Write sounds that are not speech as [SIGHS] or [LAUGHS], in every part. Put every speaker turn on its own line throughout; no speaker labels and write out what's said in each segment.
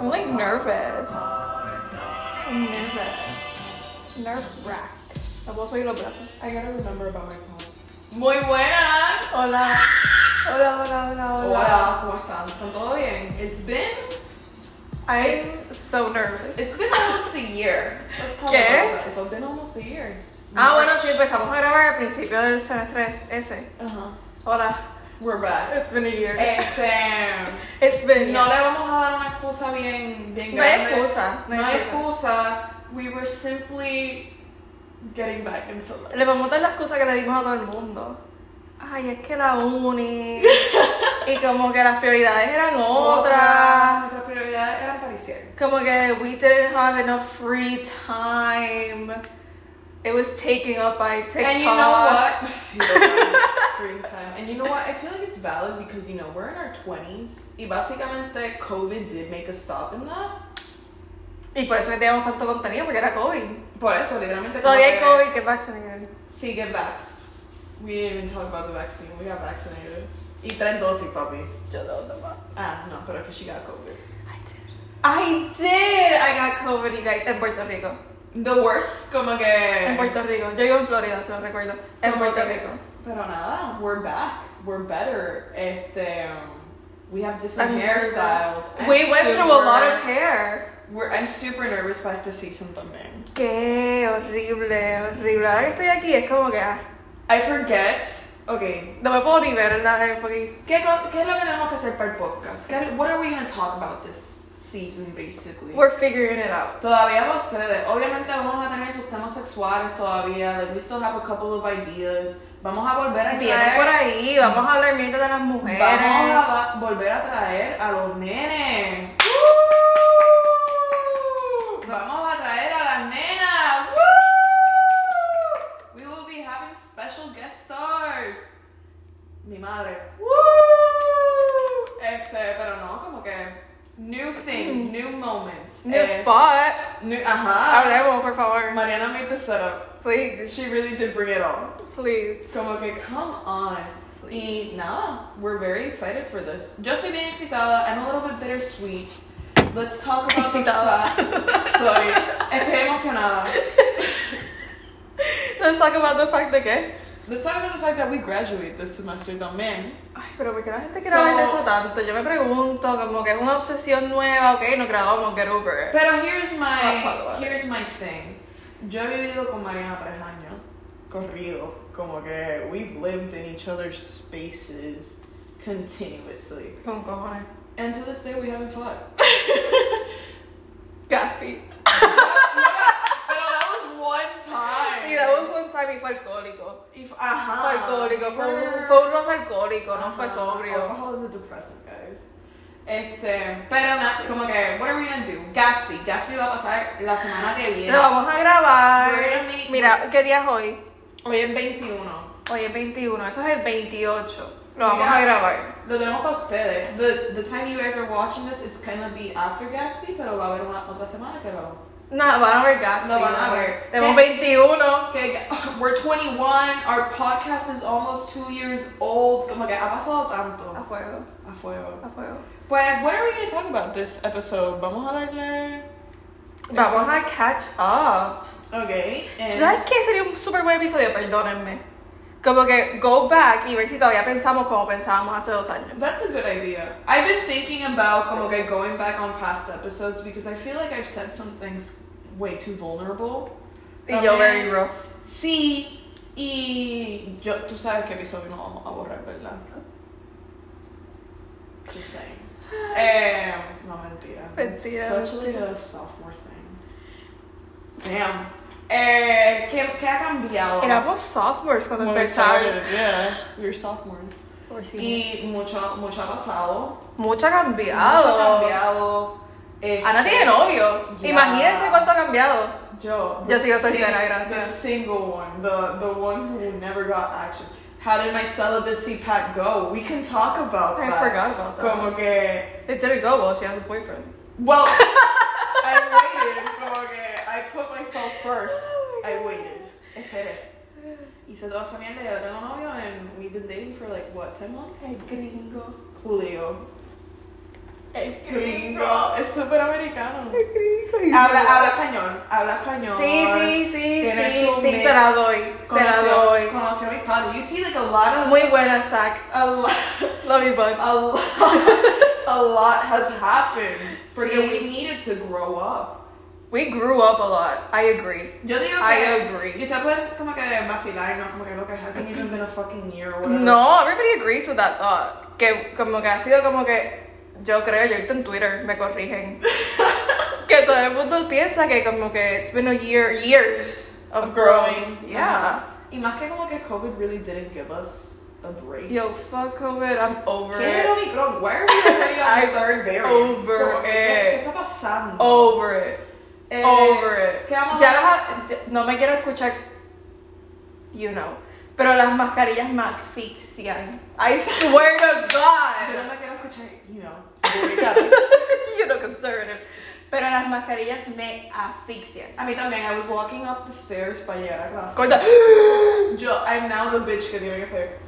I'm nervous. I'm nervous. Nerve wrack. La puedo seguir los brazos.
I gotta remember about my phone.
Muy buenas.
Hola. Hola, hola, hola, hola.
Hola, ¿cómo están? ¿Están todo bien?
It's been
I'm so nervous.
it's been almost a year.
Let's talk
¿Qué?
about that. It's been almost a year.
Ah, bueno, sí, empezamos a grabar al principio del semestre ese.
Ajá.
Hola.
We're back.
It's been a year.
Este,
It's been.
no le vamos a dar una excusa bien, bien
No hay
grande.
excusa, no hay
No hay
excusa.
excusa. We were simply getting back into life.
Le vamos a dar la excusa que le dimos a todo el mundo. Ay, es que la [LAUGHS] uni. y como que las prioridades eran otras.
Nuestras prioridades eran parecidas.
Como que we didn't have enough free time. It was taken up by TikTok.
And you know
[LAUGHS]
what?
Springtime. And you know what? I feel like it's valid because, you know, we're in our 20s. Y básicamente, COVID did make a stop in that.
Y por eso metíamos tanto contenido, porque era COVID.
Por eso, literalmente.
Todavía hay
como que-
COVID que vaccinated.
Sí, get vax. We didn't even talk about the vaccine. We got vaccinated. Y tres dosis, papi.
Yo no, no, no.
Ah, no, pero que she got COVID.
I did. I did! I got COVID, you guys, en Puerto Rico.
The worst, como que.
En Puerto Rico. Yo vivo en Florida, se lo recuerdo. En
Eh. Como
Puerto
que-
Rico.
Pero nada, we're back. We're better. Este, um, we have different
I'm nervous.
hairstyles. I'm
We went through a lot of
super-
hair.
We're, I'm super nervous back this season también.
Qué horrible, horrible. Ahora que estoy aquí es como que ah,
I forget. Okay.
no me puedo ni ver en la en fucking-
¿Qué, co- qué es lo que tenemos que hacer para el podcast? ¿Qué- what are we going to talk about this season, basically?
We're figuring it out.
Todavía para ustedes. Obviamente vamos a tener sus temas sexuales todavía. Like, we still have a couple of ideas. Vamos a volver a
Vienen por
traer...
ahí, vamos a hablar mierda de las mujeres.
Vamos a va- volver a traer a los nenes. ¡Woo! Vamos a traer a las nenas. ¡Woo! Uh. We will be having special guest stars. Uh. Mi madre. ¡Woo! Este, pero no, como que new things, Mm. new moments.
New
eh,
spot.
new- ajá.
Hablemos, por favor.
Mariana made the setup.
Please,
She really did bring it all.
please.
Como que, come on. Y nada, we're very excited for this. Yo estoy bien excitada. I'm a little bit bittersweet. Let's talk about the
Excitada. [LAUGHS]
fact. Sorry. Estoy emocionada.
Let's talk about the fact de que.
Let's talk about the fact that we graduate this semester también.
Ay, pero ¿por qué la gente quiere
So-
hablar de eso tanto? Yo me pregunto, como que es una obsesión nueva, ok, nos grabamos, get over it.
Pero here's
I'll talk
my,
about it.
here's my thing. Yo he vivido con Mariana tres años. Corrido. Como que we've lived in each other's spaces continuously.
Con cojones.
And to this day we haven't fought.
Gatsby.
Pero that was one time.
Y de un buen time y fue alcohólico.
If, ajá.
Fue alcohólico, fue un,
We're-
fue un rosa alcohólico, no fue
Ajá.
sobrio.
Alcohol Oh, is a depressant, guys. Este, pero na, como que, what are we gonna do? Gatsby. Gatsby va a pasar la semana que viene.
Lo vamos a grabar.
We're gonna make-
Mira, ¿qué día es hoy?
Hoy es 21.
Hoy es 21, eso es el 28. Lo vamos
Mira,
a grabar.
Lo tenemos para ustedes. The, the time you guys are watching this, it's gonna be after Gatsby, pero va a haber una, otra semana que lo...
No, van a ver Gatsby.
No van a ver.
Tenemos 21.
Okay, [LAUGHS] we're 21. Our podcast is almost two years old. Como que ha pasado
A
tanto.
fuego,
A fuego.
a fuego.
Pues, what are we gonna talk about this episode? Vamos a darle.
Vamos a catch up.
Okay.
¿Tú
and-
¿Sabes qué sería un súper buen episodio? Perdónenme. Como que go back y ver si todavía pensamos como pensábamos hace dos años.
That's a good idea. I've been thinking about como que going back on past episodes because I feel like I've said some things way too vulnerable.
Y yo
También-
very rough.
Sí. Y yo, tú sabes qué episodio no vamos a borrar, ¿verdad? Just
[SIGHS]
saying. Eh, no, mentira.
Mentira,
It's such like a sophomore thing. Damn. Eh, ¿qué, ¿Qué ha cambiado?
Éramos sophomores cuando
When we
empezamos.
started, yeah. We were sophomores.
Por si-
Y mucho, mucho ha pasado.
Mucho ha
Mucho
cambiado.
cambiado. Eh, Este,
Ana tiene novio.
Ya.
Imagínense cuánto ha cambiado.
Yo.
Yo
the
sigo
sing-
soltera, gracias.
The single one. The, the one who never got action. How did my celibacy pact go? We can talk about
I
that.
forgot about that.
Como que.
It didn't go well, she has a boyfriend.
Well, I waited. Como que. I put myself first. I waited. Esperé. Y se toda esa mierda, ya tengo novio, and we've been dating for like, what, 10 months?
gringo.
Julio. Es gringo. Es súper americano. Habla, habla español. Habla español.
Sí, sí, sí,
Tiene
sí,
su
sí,
mix.
se la doy, se la
Conoció-
doy.
Conoció a mi padre. You see like a lot of
Muy buena, Zach.
a lot,
Love you, bud.
a lot, a lot has happened. Porque
Sí.
we needed to grow up.
We grew up a lot. I agree.
Yo digo que
I agree.
Y te pueden como que vacilar, no como que lo que hasn't even
[CLEARS THROAT]
been a fucking year or whatever.
No, everybody agrees with that thought. Que como que ha sido como que yo creo, yo he visto en Twitter, me
[LAUGHS]
corrigen. que todo el mundo piensa que como que it's been a year, years of,
Of
growth.
growing. Uh-huh.
Yeah.
Y más que como que COVID really didn't give us a break.
Yo, fuck COVID, I'm over
¿Quién era
it.
Omicron? Why are we
[LAUGHS]
already on the
I'm
third variant?
over
Como que, ¿Qué
it.
está pasando?
Over it.
Eh,
over it.
¿qué vamos a
Ya
hablar?
las- no me quiero escuchar, you know, pero las mascarillas me asfixian. I swear to
Yo no
God. [LAUGHS]
me quiero escuchar, you know.
you know, conservative. Pero las mascarillas me asfixian.
A mí también, I was walking up the stairs para llegar a clase.
Corta.
Yo, I'm now the bitch que tiene que ser.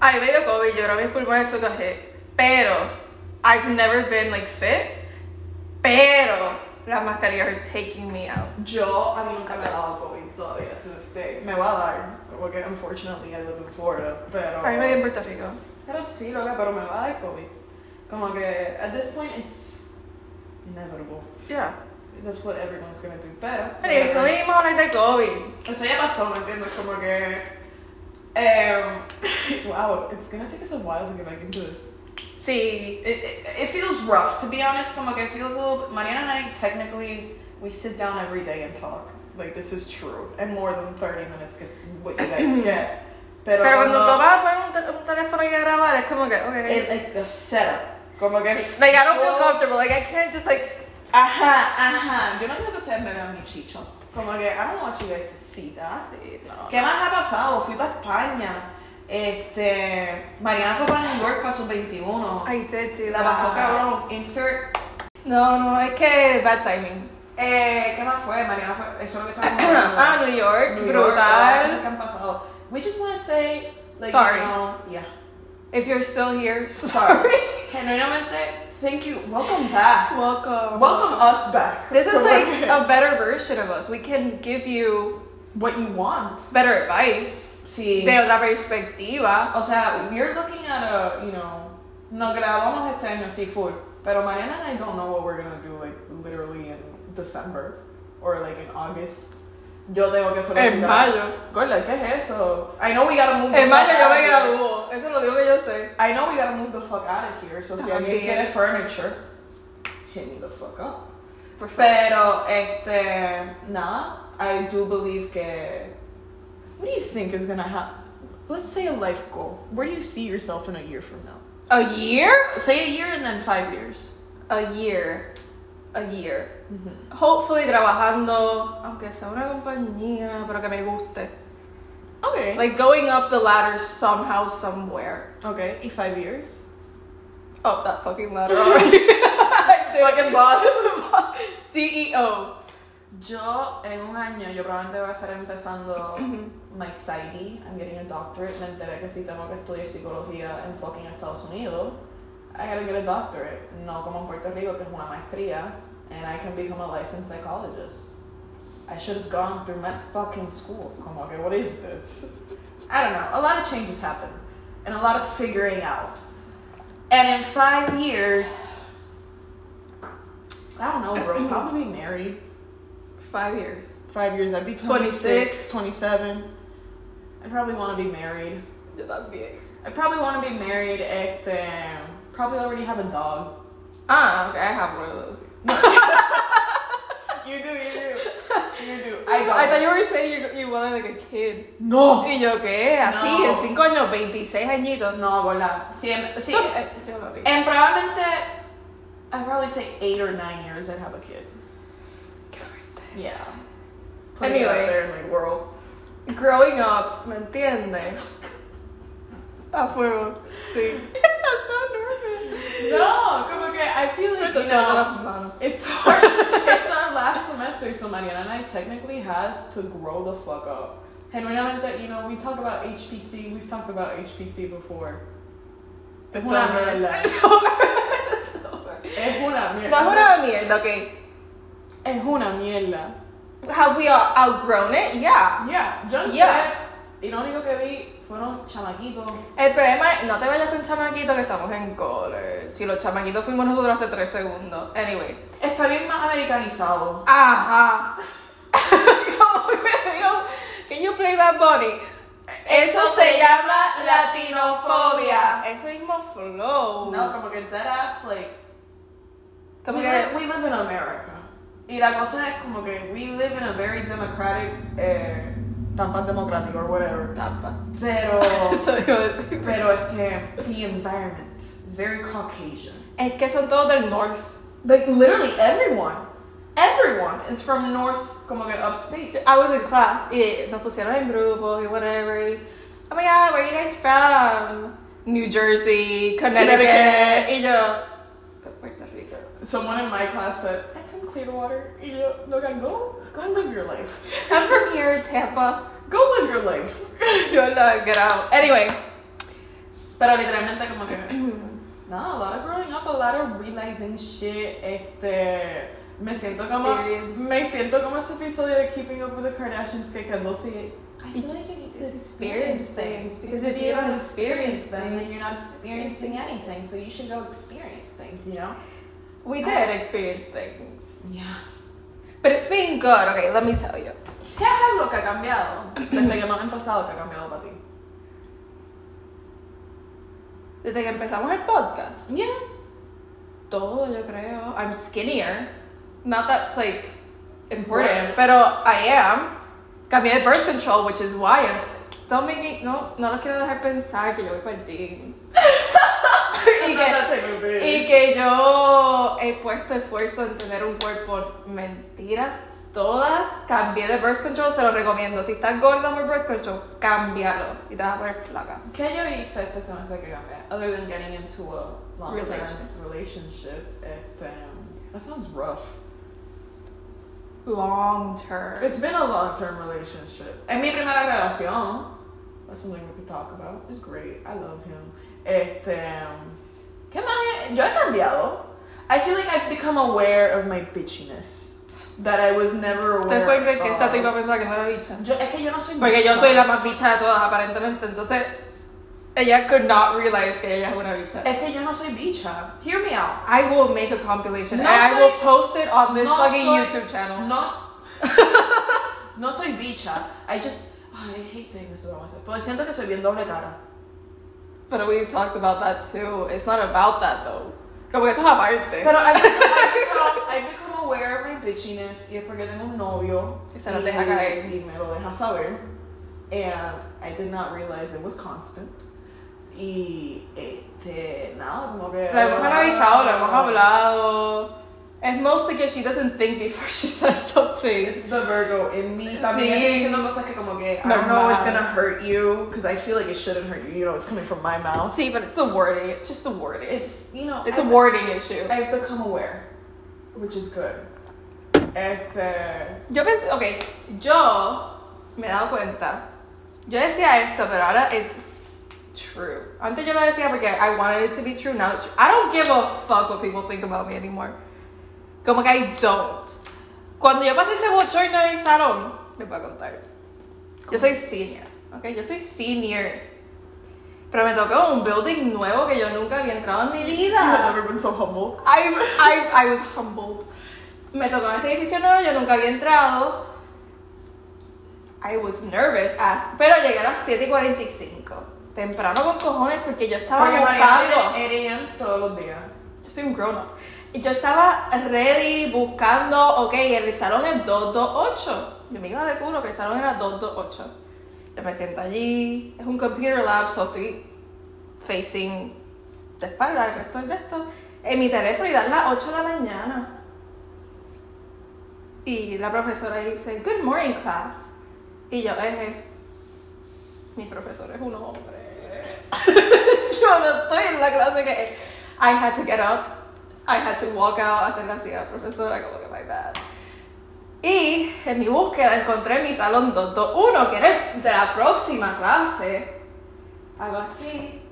Ay, me dio COVID, yo creo que mis pulmones took a hit. Pero, I've never been like fit. Pero, las mascarillas are taking me out.
Yo, a mí nunca me ha dado COVID todavía, to this day. Me va a dar, porque unfortunately I live in Florida, pero...
A mí me dio en Puerto Rico.
Pero sí, loca, pero me va a dar COVID. Como que, at this point, it's inevitable.
Yeah.
That's what everyone's gonna do, pero...
Anyway, so venimos a hablar de COVID.
Eso ya pasó, ¿me entiendes? Como que... em, [LAUGHS] wow, it's gonna take us a while to get back into this.
Sí.
It, it, it feels rough, to be honest. Como que it feels a little. Mariana and I technically we sit down every day and talk. Like this is true, and more than thirty minutes gets what you
[CLEARS THROAT]
guys get. Pero,
Pero cuando
cuando-
tomas poner un, te- un teléfono y a grabar, es como que,
it,
okay.
like the setup. Como que
Like, I don't feel
Yo-
comfortable. Like, I can't just, like,
Ajá, ajá. Yo no quiero que ustedes me vean mi chicho. Como que I don't want you guys to see that.
sí, no.
¿Qué más ha pasado? Fui para España. Este, Mariana fue para New York para sus 21.
I did do
La
that.
pasó cabrón. Insert
No, no, es que bad [COUGHS] timing.
Eh, ¿Qué más fue? Mariana fue. Eso es lo que
[COUGHS]
estábamos hablando.
ah, New York,
New York, todas las
brutal.
cosas que han pasado. We just want to say, like,
Sorry.
you know, yeah.
If you're still here,
Sorry.
sorry.
Genuinamente, thank you. Welcome back.
Welcome.
Welcome us back.
This is
Como
like
que-
a better version of us. We can give you
what you want.
better advice
Sí.
de otra perspectiva.
o sea, we're looking at a, you know, nos grabamos este año, sí, full. Pero Mariana and I don't know what we're gonna do, like, literally in December or like in August. Yo tengo que solicitar. Gorda, ¿qué es eso? I know we gotta move the
En mayo
fuck
yo
out
me
of here.
graduó. Eso es lo digo que yo sé.
I know we gotta move the fuck out of here, so si alguien
También.
quiere furniture, hit me the fuck up.
Por favor.
Pero, este, nada, I do believe que. What do you think is gonna happen? Let's say a life goal. Where do you see yourself in a year from now?
A year?
Say a year and then five years.
A year. A year. Hopefully trabajando, aunque sea una compañía, pero que me guste.
Okay. Like,
Like going up the ladder somehow, somewhere.
okay, in five years?
Up that fucking [LAUGHS] ladder already. [LAUGHS] fucking boss. E CEO.
Yo, en un año, yo probablemente voy a estar empezando my PsyD. I'm getting a doctorate. Me enteré que si tengo que estudiar psicología en fucking Estados Unidos, I gotta get a doctorate. No como en Puerto Rico, que es una maestría. And I can become a licensed psychologist. I should have gone through med fucking school. Como que, what is this? I don't know. A lot of changes happened. And a lot of figuring out. And in five years, I don't know, bro. Probably be married
Five years.
five years, I'd be 26,
26.
27. I probably want to be married.
Yo también.
I probably want to be married if um, probably already have a dog.
Ah, okay, I have one of those.
[LAUGHS] You do, you [LAUGHS] do, you do.
I,
I don't.
thought you were saying you, you wanted like a kid.
no.
Y yo, ¿qué? Así,
No.
en 5 años, 26 añitos.
No, hola. See, I'm, see,
Sí. eh, yo lo digo.
and probably I'd probably say eight or nine years I'd have a kid.
Qué fuerte.
Yeah. Put it out
Anyway.
there in my world.
Growing up, ¿me entiendes? A fuego. [LAUGHS] Sí. I'm so nervous.
No, como que I feel
Me
like
está
you
sudando
know,
las manos.
It's our it's our last semester, so Mariana and I technically have to grow the fuck up. And Mariana, that you know, we talk about HPC. We've talked about HPC before.
Es
Es
una
una mierda.
It's over. It's over.
Es una mierda.
[LAUGHS] That's what I mean. Okay.
Es una mierda.
Have we all outgrown it? Yeah.
Yeah, John
Yeah.
Depp, y lo único que vi fueron chamaquitos.
El problema es, no te vayas con chamaquito que estamos en college. Si los chamaquitos fuimos nosotros hace tres segundos. Anyway.
Está bien más americanizado.
Ajá. [LAUGHS] Como que, you know, can you play Bad Bunny? Eso, se, llama latinofobia. Ese mismo flow.
No, como que dead ass, like,
Como
we,
que-
live, we live in America. Y la cosa es como que we live in a very democratic, eh, tampa democrático or whatever.
Tapa.
Pero,
[LAUGHS] Eso iba a decir.
pero es que the environment is very Caucasian.
Es que son todos del north.
Like literally everyone, everyone is from North, como que upstate.
I was in class y nos pusieron en grupo y whatever. y, oh my god, where are you guys from? New Jersey, Connecticut.
Connecticut.
Y yo, Puerto Rico.
Someone in my class said, I'm from Clearwater. Y yo, no, go, go live your [LAUGHS] life.
I'm from here, Tampa.
Go live your life.
[LAUGHS] Yo la get out. Anyway.
Pero literalmente como que... no, a lot of growing up, a lot of realizing shit, este... Me siento como...
Experience.
Me siento como ese episodio de Keeping Up With The Kardashians que Kendall sigue. I
You just
need
to experience things, because if you don't experience things-
not experiencing anything. So you should go experience things, you know?
[CLEARS THROAT] We did experience things.
Yeah.
But it's been good. Okay, let me tell you.
¿Qué es algo que ha cambiado desde que hemos empezado que ha cambiado para ti?
Desde que empezamos el
[LAUGHS]
podcast,
Yeah.
todo yo creo. I'm skinnier. Not that's like
Right.
important, pero I am. Cambié de birth control, which is why I'm. st- Don't make me. No, no lo quiero dejar pensar que yo voy para el gym. y, que, y que yo he puesto esfuerzo en tener un cuerpo. Mentiras todas. Cambié de birth control, se lo recomiendo. Si estás gorda por birth control, cámbialo. Y te vas a poner flaca.
¿Qué yo hice este semestre que cambié? Other than getting into a long
Relation.
relationship. Este, um, that sounds rough.
Long term.
It's been a long-term relationship. En mi primera relación. That's something we could talk about. It's great. I love him. Este, um, ¿Qué más? he- Yo he cambiado. I feel like I've become aware of my bitchiness. That I was never aware
¿Ustedes pueden creer que
of.
esta tipa pensaba que no era bicha?
Yo, es que yo no soy
Porque yo
bicha.
soy la más bicha de todas, aparentemente. Entonces, ella could not realize que ella es una bicha.
Es que yo no soy bicha. Hear me out.
I will make a compilation
No
and I
soy-
will post it on this
no
fucking
soy-
YouTube channel.
No, [LAUGHS] no soy bicha. I just. oh, I hate saying this about myself. Pero siento que soy bien doble cara.
But we talked about that too. It's not about that though. Como que eso es aparte.
Pero I become, I [LAUGHS] become, I become aware of my bitchiness y es porque tengo un novio.
Que se las
y-
deja caer.
Y me lo deja saber. And I did not realize it was constant. Y este. Nada, como que.
Lo hemos analizado, lo hemos hablado. It's mostly que she doesn't think before [LAUGHS] she says something.
It's the Virgo in me. También
Sí.
estoy diciendo cosas que como que I don't know
Normal.
it's gonna hurt you because I feel like it shouldn't hurt you. You know, it's coming from my mouth.
See, but it's the wording. It's just the wording. It's,
It's you know
a
I've-
wording issue.
I've become aware, which is good. uh, Este,
Yo pensé, ok, yo me he dado cuenta. Yo decía esto, pero ahora it's true. Antes yo lo decía porque I wanted it to be true, now it's true. I don't give a fuck what people think about me anymore. Como que I don't. Cuando yo pasé ese bochorno en el salón, les voy a contar. Yo soy senior, ok, yo soy senior. Pero me tocó un building nuevo que yo nunca había entrado en mi
[LAUGHS] I've
vida.
never been so humbled.
I, I, I was humbled. Me tocó en este edificio nuevo, yo nunca había entrado. I was nervous as. Pero llegué a las 7 y 45. Temprano con cojones porque yo estaba
Porque Mariana
buscando.
tiene 8 a.m.s todos los días.
Yo soy un grown up. Y yo estaba ready buscando, ok, el salón es 228. Yo me iba de culo que el salón era 228. Yo me siento allí, es un computer lab, so estoy facing de espalda, el resto es de esto. En mi teléfono y dan las 8 de la mañana. Y la profesora dice, Good morning class. Y yo, eje, mi profesor es un hombre. [LAUGHS] yo no estoy en la clase que es. I had to get up, I had to walk out, hacerle así a la profesora, como que my bad. Y en mi búsqueda encontré mi salón 221, que era el de la próxima clase. Hago así,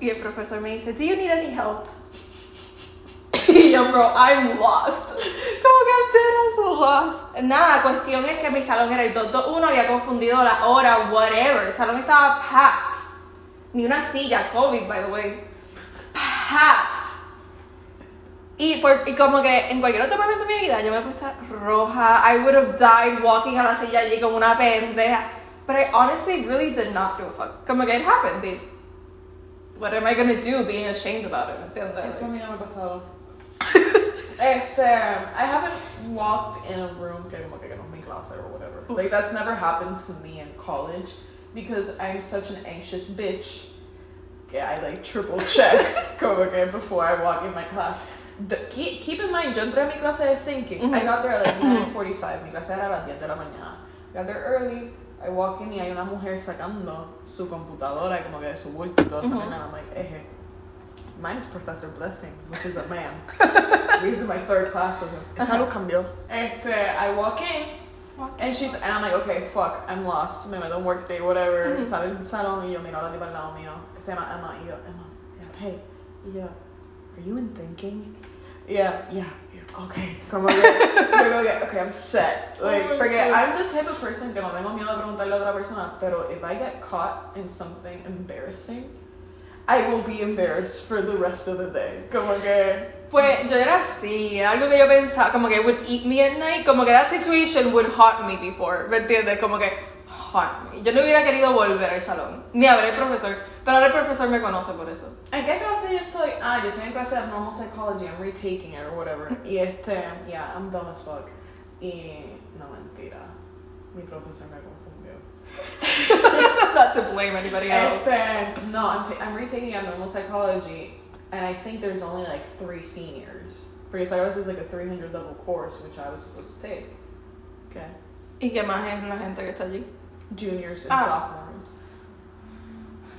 Y el profesor me dice, do you need any help? Y yo, bro, I'm lost. Como que I'm dead ass lost. Nada, cuestión es que mi salón era el 221, había confundido la hora, whatever. El salón estaba packed. Ni una silla, COVID, by the way. Packed. Y, por- y como que en cualquier otro momento de mi vida yo me he puesto roja. I would have died walking a la silla allí como una pendeja. But I honestly really did not give a fuck. Como que it happened. y What am I gonna do being ashamed about it? ¿Entiendes?
Eso a mí no me ha pasado. [LAUGHS] este, I haven't walked in a room que como que que no es mi clase or whatever. Like that's never happened to me in college because I'm such an anxious bitch. Okay, I like triple check como que before I walk in my class. D- keep, keep in mind, yo entré a mi clase de thinking. I got there at like 9.45, mi clase era a las 10 de la mañana. Got there early, I walk in y hay una mujer sacando su computadora y como que de su bulto y todo eso. And I'm like, eje. Mine is Professor Blessing, which is a man. He's in my third class with him. Esta luz cambió. Este, I walk in, and she's, and I'm like, okay, fuck, I'm lost. Me meto un work day, whatever. Sale del salón y yo miro a la tipa al lado mío, que se llama Emma, y yo, Emma, yeah, hey, y yo, are you in thinking? Yeah, yeah, yeah, okay. Como que, [LAUGHS] como que, okay, I'm set. Like,
Oh my
porque
God.
I'm the type of person que no tengo miedo de preguntarle a otra persona, pero if I get caught in something embarrassing, I will be embarrassed for the rest of the day. Como que,
Pues yo era así, era algo que yo pensaba, como que it would eat me at night, como que that situation would haunt me before, ¿me entiendes? Como que haunt me. Yo no hubiera querido volver al salón, ni a ver al profesor, pero ahora el profesor me conoce por eso. [LAUGHS]
¿En qué clase yo estoy? Ah, yo estoy en clase de normal psychology, I'm retaking it or whatever. Y este, yeah, I'm dumb as fuck. Y no mentira, mi profesor me confundió.
Not to blame anybody else.
Este, no, I'm, ta- I'm retaking it normal psychology, and I think there's only like three seniors. Because psychology is like a 300 level course, which I was supposed to take. Okay.
¿Y qué más es la gente que está allí?
Juniors and
Ah.
sophomores.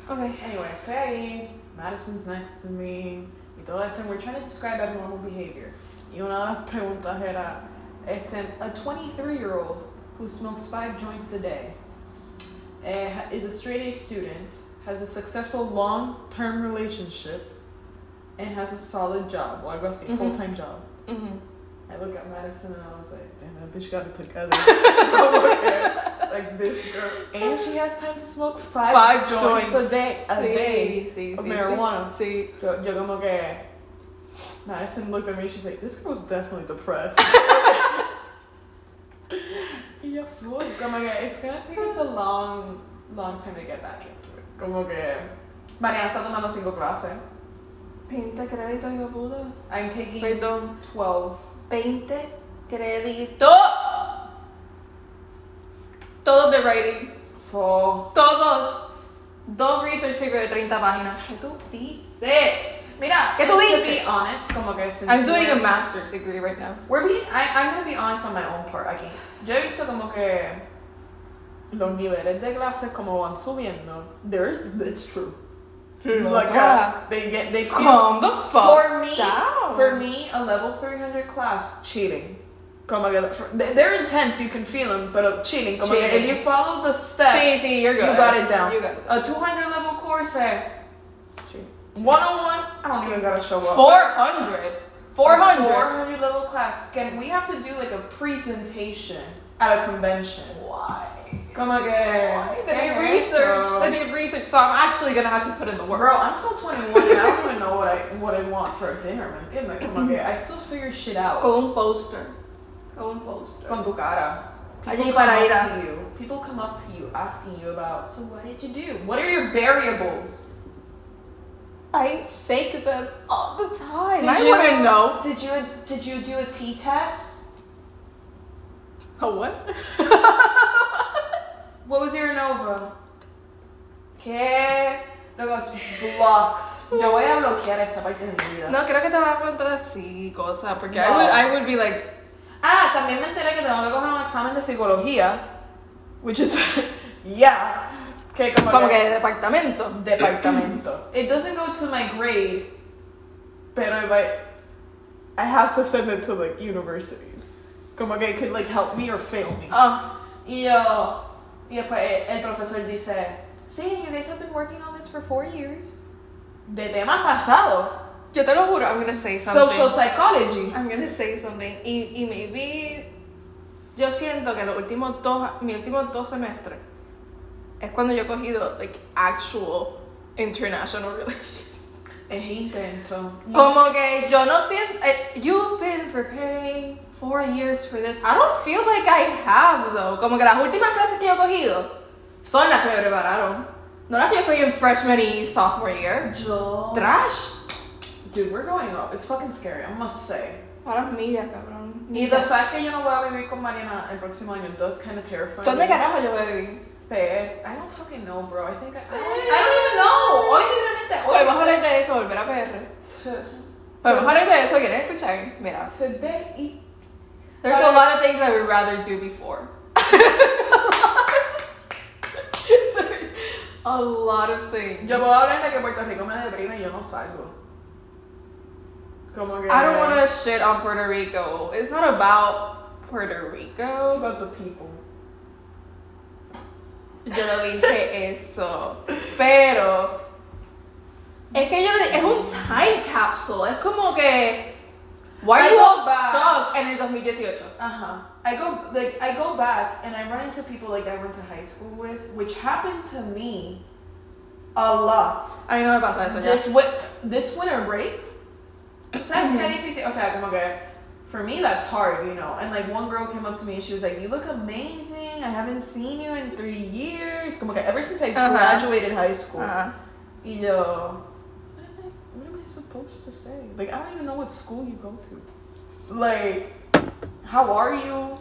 Ok.
Anyway, estoy ahí. Madison's next to me. Y todo esto. and We're trying to describe abnormal behavior. Y una de las preguntas era, este, a 23-year-old who smokes five joints a day eh, ha- is a straight-A student, has a successful long-term relationship, and has a solid job, o algo así,
Ujú.
full-time job.
Ujú.
I look at Madison and I was like, damn, that bitch got it
[LAUGHS]
together. Okay, like this girl. And she has time to smoke five,
Five
joints, a
joints.
day. A day
Sí, sí, sí.
of
sí.
marijuana.
Sí.
Yo, yo como que Madison looked at me, she's like, this girl's definitely
[LAUGHS]
depressed. y yo, fuck, como que it's gonna take us a long, long time to get back into it. Como que Mariana está tomando cinco clases.
20 créditos, hijo puta.
I'm taking
Perdón.
12.
20 créditos. Todos de writing.
Full.
Todos. Dos research papers de 30 páginas. ¿Qué tú dices?
Mira,
¿Qué tú
To be
dices?
honest, como que since
I'm doing a
we're-
master's degree right now.
We're being, I, I'm gonna be honest on my own part aquí. Yo he visto como que los niveles de clases como van subiendo. They're, it's true. Like
Loca.
uh, they get they feel
Calm the fuck
for me
down.
for me a level 300 class cheating. Como que for- they- they're intense, you can feel them, but cheating. Como que if
Cheating.
you follow the steps,
Sí, sí, you're good.
you got it down.
You got it.
A 200 level course, eh? Cheating. 101, I don't even gotta
Oh,
show up.
400. 400.
400 level class. Can we have to do like a presentation at a convention?
Why?
Come again.
They need research. They need research. So I'm actually gonna have to put in the work.
Bro, I'm still 21 and I don't even know what I what I want for dinner, man. Damn it, come again. I still figure shit out.
Con un poster. Con un poster.
Con tu cara.
Allí para
come
ir
up
a-
to you. People come up to you asking you about. So what did you do? What are your variables?
I fake them all the time.
Did
I
you-
wouldn't know.
Did you did you do a T test?
A what? [LAUGHS]
What was your ANOVA? ¿Qué? Luego es blocked. Yo voy a bloquear esa parte de mi vida.
No, creo que te vas a preguntar así cosas, porque I
No.
would I would be like,
Ah, también me enteré que tengo que coger un examen de psicología. Which is. [LAUGHS] yeah. Que como,
como que de departamento.
Departamento. [CLEARS THROAT] It doesn't go to my grade. Pero if I. I have to send it to like universities. Como que it could like help me or fail me.
Oh,
Y yo, y después el profesor dice, sí, you guys have been working on this for four years. de temas pasados.
Yo te lo juro, I'm gonna say something.
Social psychology.
I'm gonna say something. Y, y maybe yo siento que los últimos dos, mis últimos dos semestres es cuando yo he cogido like actual international [LAUGHS] relations.
Es intenso.
Como que yo no siento. eh, You've been preparing four years for this. I don't feel like I have though. Como que las últimas clases que yo he cogido son las que me prepararon. No las que yo cogí en freshman y sophomore year.
Yo.
Trash.
Dude, we're going up. It's fucking scary, I must say.
Ahora millas, cabrón.
Y the fact que yo no voy a vivir con Mariana el próximo año does kind of terrify
¿Dónde
me.
carajo yo voy a vivir?
Pe- I don't fucking know, bro. I think I. I don't,
I don't even know.
Hoy literalmente. Hoy
Podemos hablar de eso, volver a PR.
T-
Podemos hablar de eso, ¿quieres escuchar? Mira.
Today y.
There's a lot of things I would rather do before. [LAUGHS] There's a lot of things.
Yo puedo hablar de que Puerto Rico me deprime y yo no salgo. Como que.
I don't want to shit on Puerto Rico. It's not about Puerto
It's
Rico.
about the people.
Yo lo dije eso. Pero es que yo le- es un time capsule. Es como que why
I
are you
go
all
back.
stuck en el 2018?
Uh-huh. I go like I go back and I run into people like I went to high school with, which happened to me a lot.
A mí no me pasa eso ya.
This win- this winter break. O sea,
Mhm.
qué difícil. O sea, como que for me that's hard, you know. And like one girl came up to me and she was like, "You look amazing. I haven't seen you in three years." Como que ever since I
Uh-huh.
graduated high school.
Ajá.
Y yo, what am, I, what am I supposed to say? Like, I don't even know what school you go to. Like, how are you?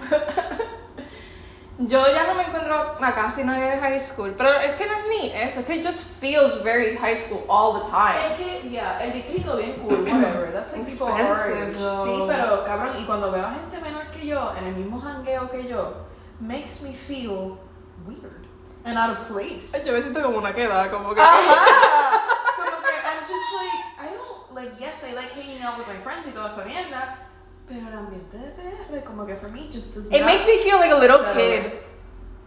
Yo ya no me encuentro a casi nadie de high school, pero es que no es ni eso, es que it just feels very high school all the time.
Es que, yeah, el distrito bien cool, whatever. That's like people our age.
Expensive, though.
Sí, pero cabrón, y cuando veo a gente menor que yo en el mismo jangueo que yo, makes me feel weird and out of place.
me siento como una queda, como que...
Ajá. [LAUGHS] Como que I'm just like, I don't, like, yes, I like hanging out with my friends y toda esa mierda, pero el ambiente de PR, como que for me just does
It
not
makes me feel like a little
So-
kid.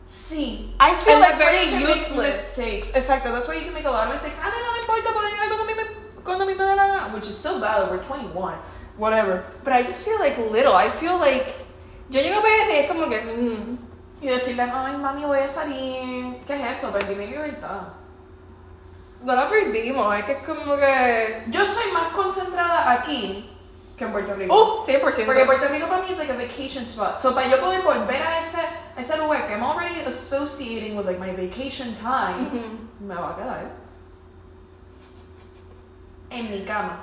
Sí.
I feel
And
like
that's why
very
you can make
useless.
mistakes. Exacto, that's why you can make a lot of mistakes. Ah, no, no me importa, puedo llegar cuando a mí me, cuando a mí me dé la gana. Which is still valid, we're 21. Whatever.
But I just feel like little, I feel like... Yo llego a PR y es como que... mm,
Y decirle, ay, mami, voy a salir. ¿Qué es eso? Perdí mi libertad.
no la perdimos, es que es como que...
Yo soy más concentrada aquí que en Puerto Rico.
Uh,
Porque
100%.
Puerto Rico para mí es like a vacation spot. So para yo poder volver a ese, a ese lugar que I'm already associating with like my vacation time,
Ujú.
me va a quedar ¿eh? en mi cama.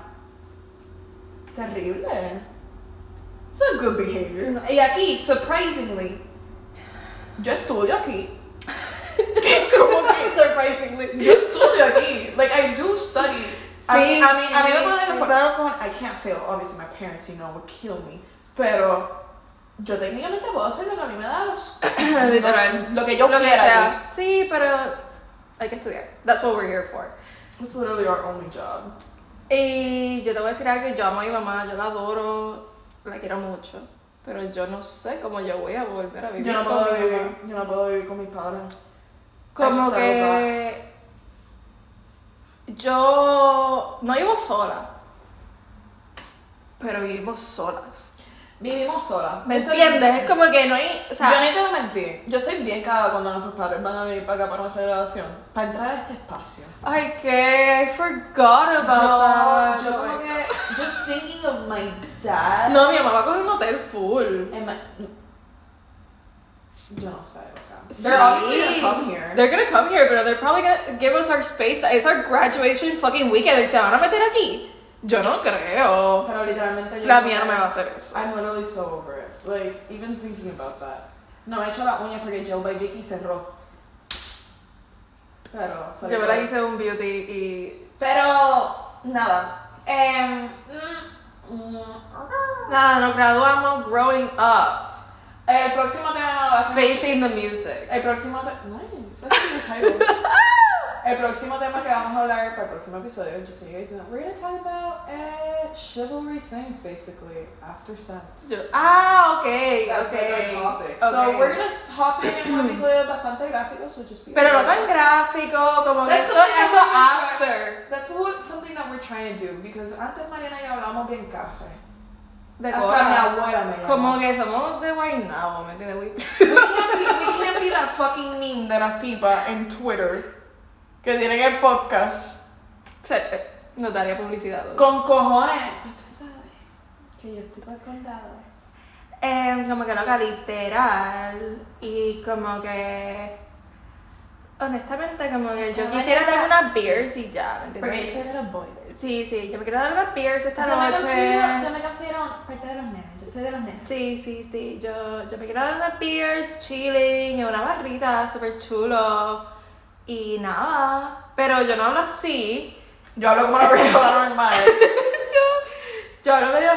Terrible. It's not good behavior. Y aquí, surprisingly, yo estudio
[LAUGHS]
aquí. Como que surprisingly. Yo estudio aquí. Like I do study. a mí,
Sí,
a mí, a mí me
sí,
pueden
sí.
enfocar con. I can't fail. Obviously, my parents, you know, would kill me. Pero yo técnicamente puedo hacer lo que a mí me da los.
[COUGHS] Literal.
Lo que yo
Lo que
quiera. aquí.
sea. Sí, pero hay que estudiar. That's what we're here for.
It's literally our only job.
Y yo te voy a decir algo, yo amo a mi mamá, yo la adoro, la quiero mucho, pero yo no sé cómo yo voy a volver a vivir
Yo no
con
puedo
mi
vivir,
mamá.
yo no puedo vivir con mis padres.
Como
I've
que yo no vivo sola, pero vivimos solas.
Vivimos solas.
¿Me
Estoy-
entiendes? Es como que no hay, o sea,
yo ni te voy a mentir. Yo estoy bien cagada cuando nuestros padres van a venir para acá para nuestra graduación. Para entrar a este espacio.
ay que I forgot about
yo, yo como
that.
que, just thinking of my dad.
No, mi mamá va a coger un hotel full.
And my, yo no sé, loca.
Sí.
They're obviously gonna come here.
They're gonna come here, pero they're probably gonna give us our space. It's our graduation fucking weekend. ¿Se van a meter aquí? Yo no creo.
Pero literalmente yo
La
como
mía no
que-
me va a hacer eso.
I'm literally so over it. Like, even thinking about that. No, me he hecho la uña porque Joe by Vicky cerró. Pero,
Yo me la hice un beauty y.
Pero, nada. Em, mm, mm,
Nada, nos graduamos growing up.
el próximo tema va a ser-
Facing the music.
El próximo tema. Nice, that's a good title.
[LAUGHS]
El próximo tema que vamos a hablar para el próximo episodio, just so you guys know, we're gonna talk about eh, chivalry things basically after sex.
Yo- ah, ok.
That's
ok.
like our topic.
ok.
So we're gonna hop in en un episodio bastante gráfico, so just be
Pero no
aware.
tan gráfico, como que
That's
esto
something
es
I'm
lo
gonna try.
after.
That's what something trying to do because antes Mariana y yo hablamos bien café.
De
Hasta mi
cora.
abuela me
Como
llamó.
que somos de Guaynabo, ¿me [LAUGHS] entiendes?
We can't, be, we can't be that fucking meme de las tipas en Twitter que tienen el podcast
O sea, eh, nos daría publicidad. ¿no?
con cojones. Pero tú sabes que yo estoy para el condado.
Em, como que no, que literal. Y como que. Honestamente, como que yo
Como
quisiera darme
ella-
unas beers y ya, ¿me
Porque yo
entiendes?
soy de los boys.
Sí, sí, yo me quiero dar unas beers esta
Yo me considero- yo
noche.
me considero parte de los nenes, yo soy de los nenes.
Sí, sí, sí. Yo, yo me quiero dar unas beers, chilling, en una barrita, súper chulo. Y nada. Pero yo no hablo así.
Yo hablo como una persona normal.
Yo hablo medio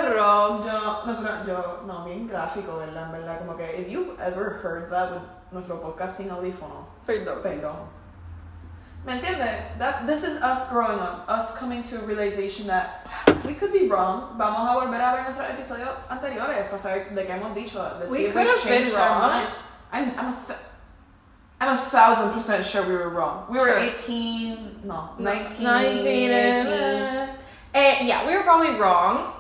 [LAUGHS]
rough.
Yo, nosotros, yo, no, bien gráfico, ¿verdad? En verdad, como que, if you've ever heard that with nuestro podcast sin audífono,
Perdón.
perdón. ¿Me entiendes? That, this is us growing up, us coming to a realization that we could be wrong. Vamos a volver a ver nuestros episodios anteriores para saber de qué hemos dicho. Let's
We
see if
could
we've
have been
changed our
wrong.
mind. I'm, I'm, a th- I'm a thousand percent sure we were wrong. We were
Sure.
18, no, 19,
19 and eh, yeah, we were probably wrong.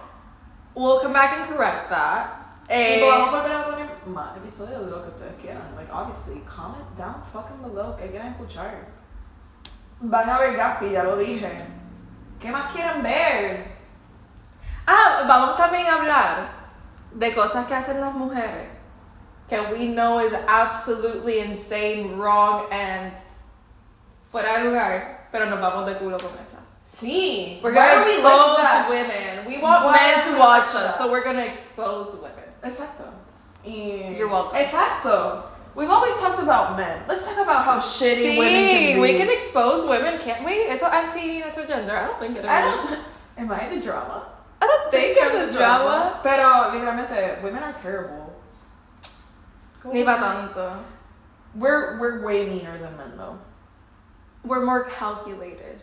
We'll come back and correct that. Eh,
Tipo, vamos a volver a poner más episodios de lo que ustedes quieran. Like, obviously, comment down fucking below que quieran escuchar. Van a ver Gapi, ya lo dije. ¿Qué más quieren ver?
ah, vamos también a hablar de cosas que hacen las mujeres que we know is absolutely insane, wrong and fuera de lugar, pero nos vamos de culo con esa.
Sí.
We're gonna expose women. We want
Why
men
are
to
we
watch
like
us,
that?
so we're gonna expose women.
Exacto. Y...
You're welcome.
Exacto. We've always talked about men. Let's talk about how shitty women can
See,
be.
we can expose women, can't we? Eso anti-gender. I don't think it is.
I don't... Am I the drama?
I don't think of the drama.
Pero, literalmente, women are terrible.
Ni pa' tanto.
We're we're way meaner than men though.
We're more calculated.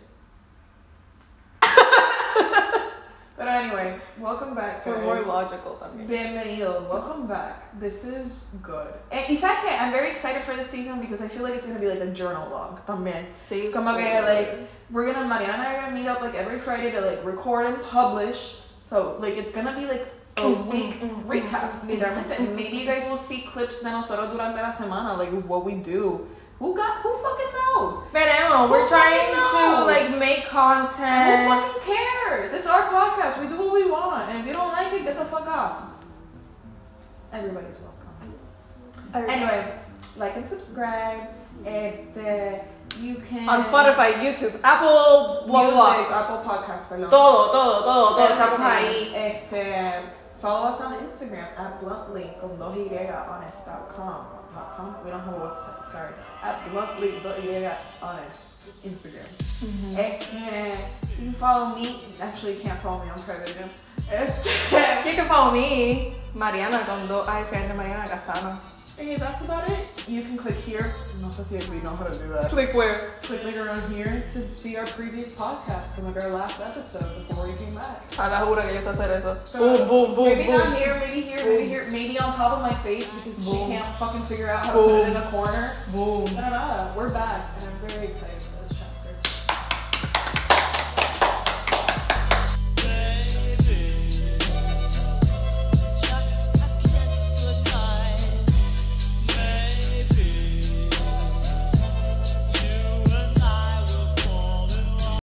But anyway, welcome back.
We're more
guys.
logical than me.
Bienvenido. Welcome back. This is good. And Isake, I'm very excited for this season because I feel like it's gonna be like a journal log. También.
See?
Como que like we're gonna Mariana and I are gonna meet up like every Friday to like record and publish. So like it's gonna be like a
Mm,
week
mm, mm,
recap.
mm,
Literalmente.
mm, mm,
Maybe you guys will see clips de nosotros durante la semana, like what we do. Who got? Who fucking knows?
Veremos. We're
Who
trying
fucking
to
knows?
like make
Who
content.
fucking cares? It's our podcast. We do what we want. And if you don't like it, get the fuck off. Everybody's welcome. Anyway, like and subscribe. Este, you can.
On Spotify, YouTube, Apple, blah
Music,
blah.
Apple Podcasts, perdón.
Todo, todo, todo, todo. Estamos
Everything.
ahí.
Este, follow us on Instagram at bluntly con dos y honest.com. Dot com? We don't have a website, sorry. At bluntly dos y honest Instagram. Mm-hmm. Este, you can follow me. Actually, you can't follow me on private. [LAUGHS] you know. Este,
Eh, You can follow me, Mariana con dos I friend de Mariana Castano.
okay, that's about it. You can click here. No sé si we know how to do that.
Click where?
Click like around here to see our previous podcast and like our last episode before we came back.
A la jura que yo sé hacer eso.
Boom,
boom,
Maybe not here, maybe here, maybe here, maybe on top of my face because
Boom.
she can't fucking figure out how to put it in a corner.
boom.
No, no, no, we're back, and I'm very excited.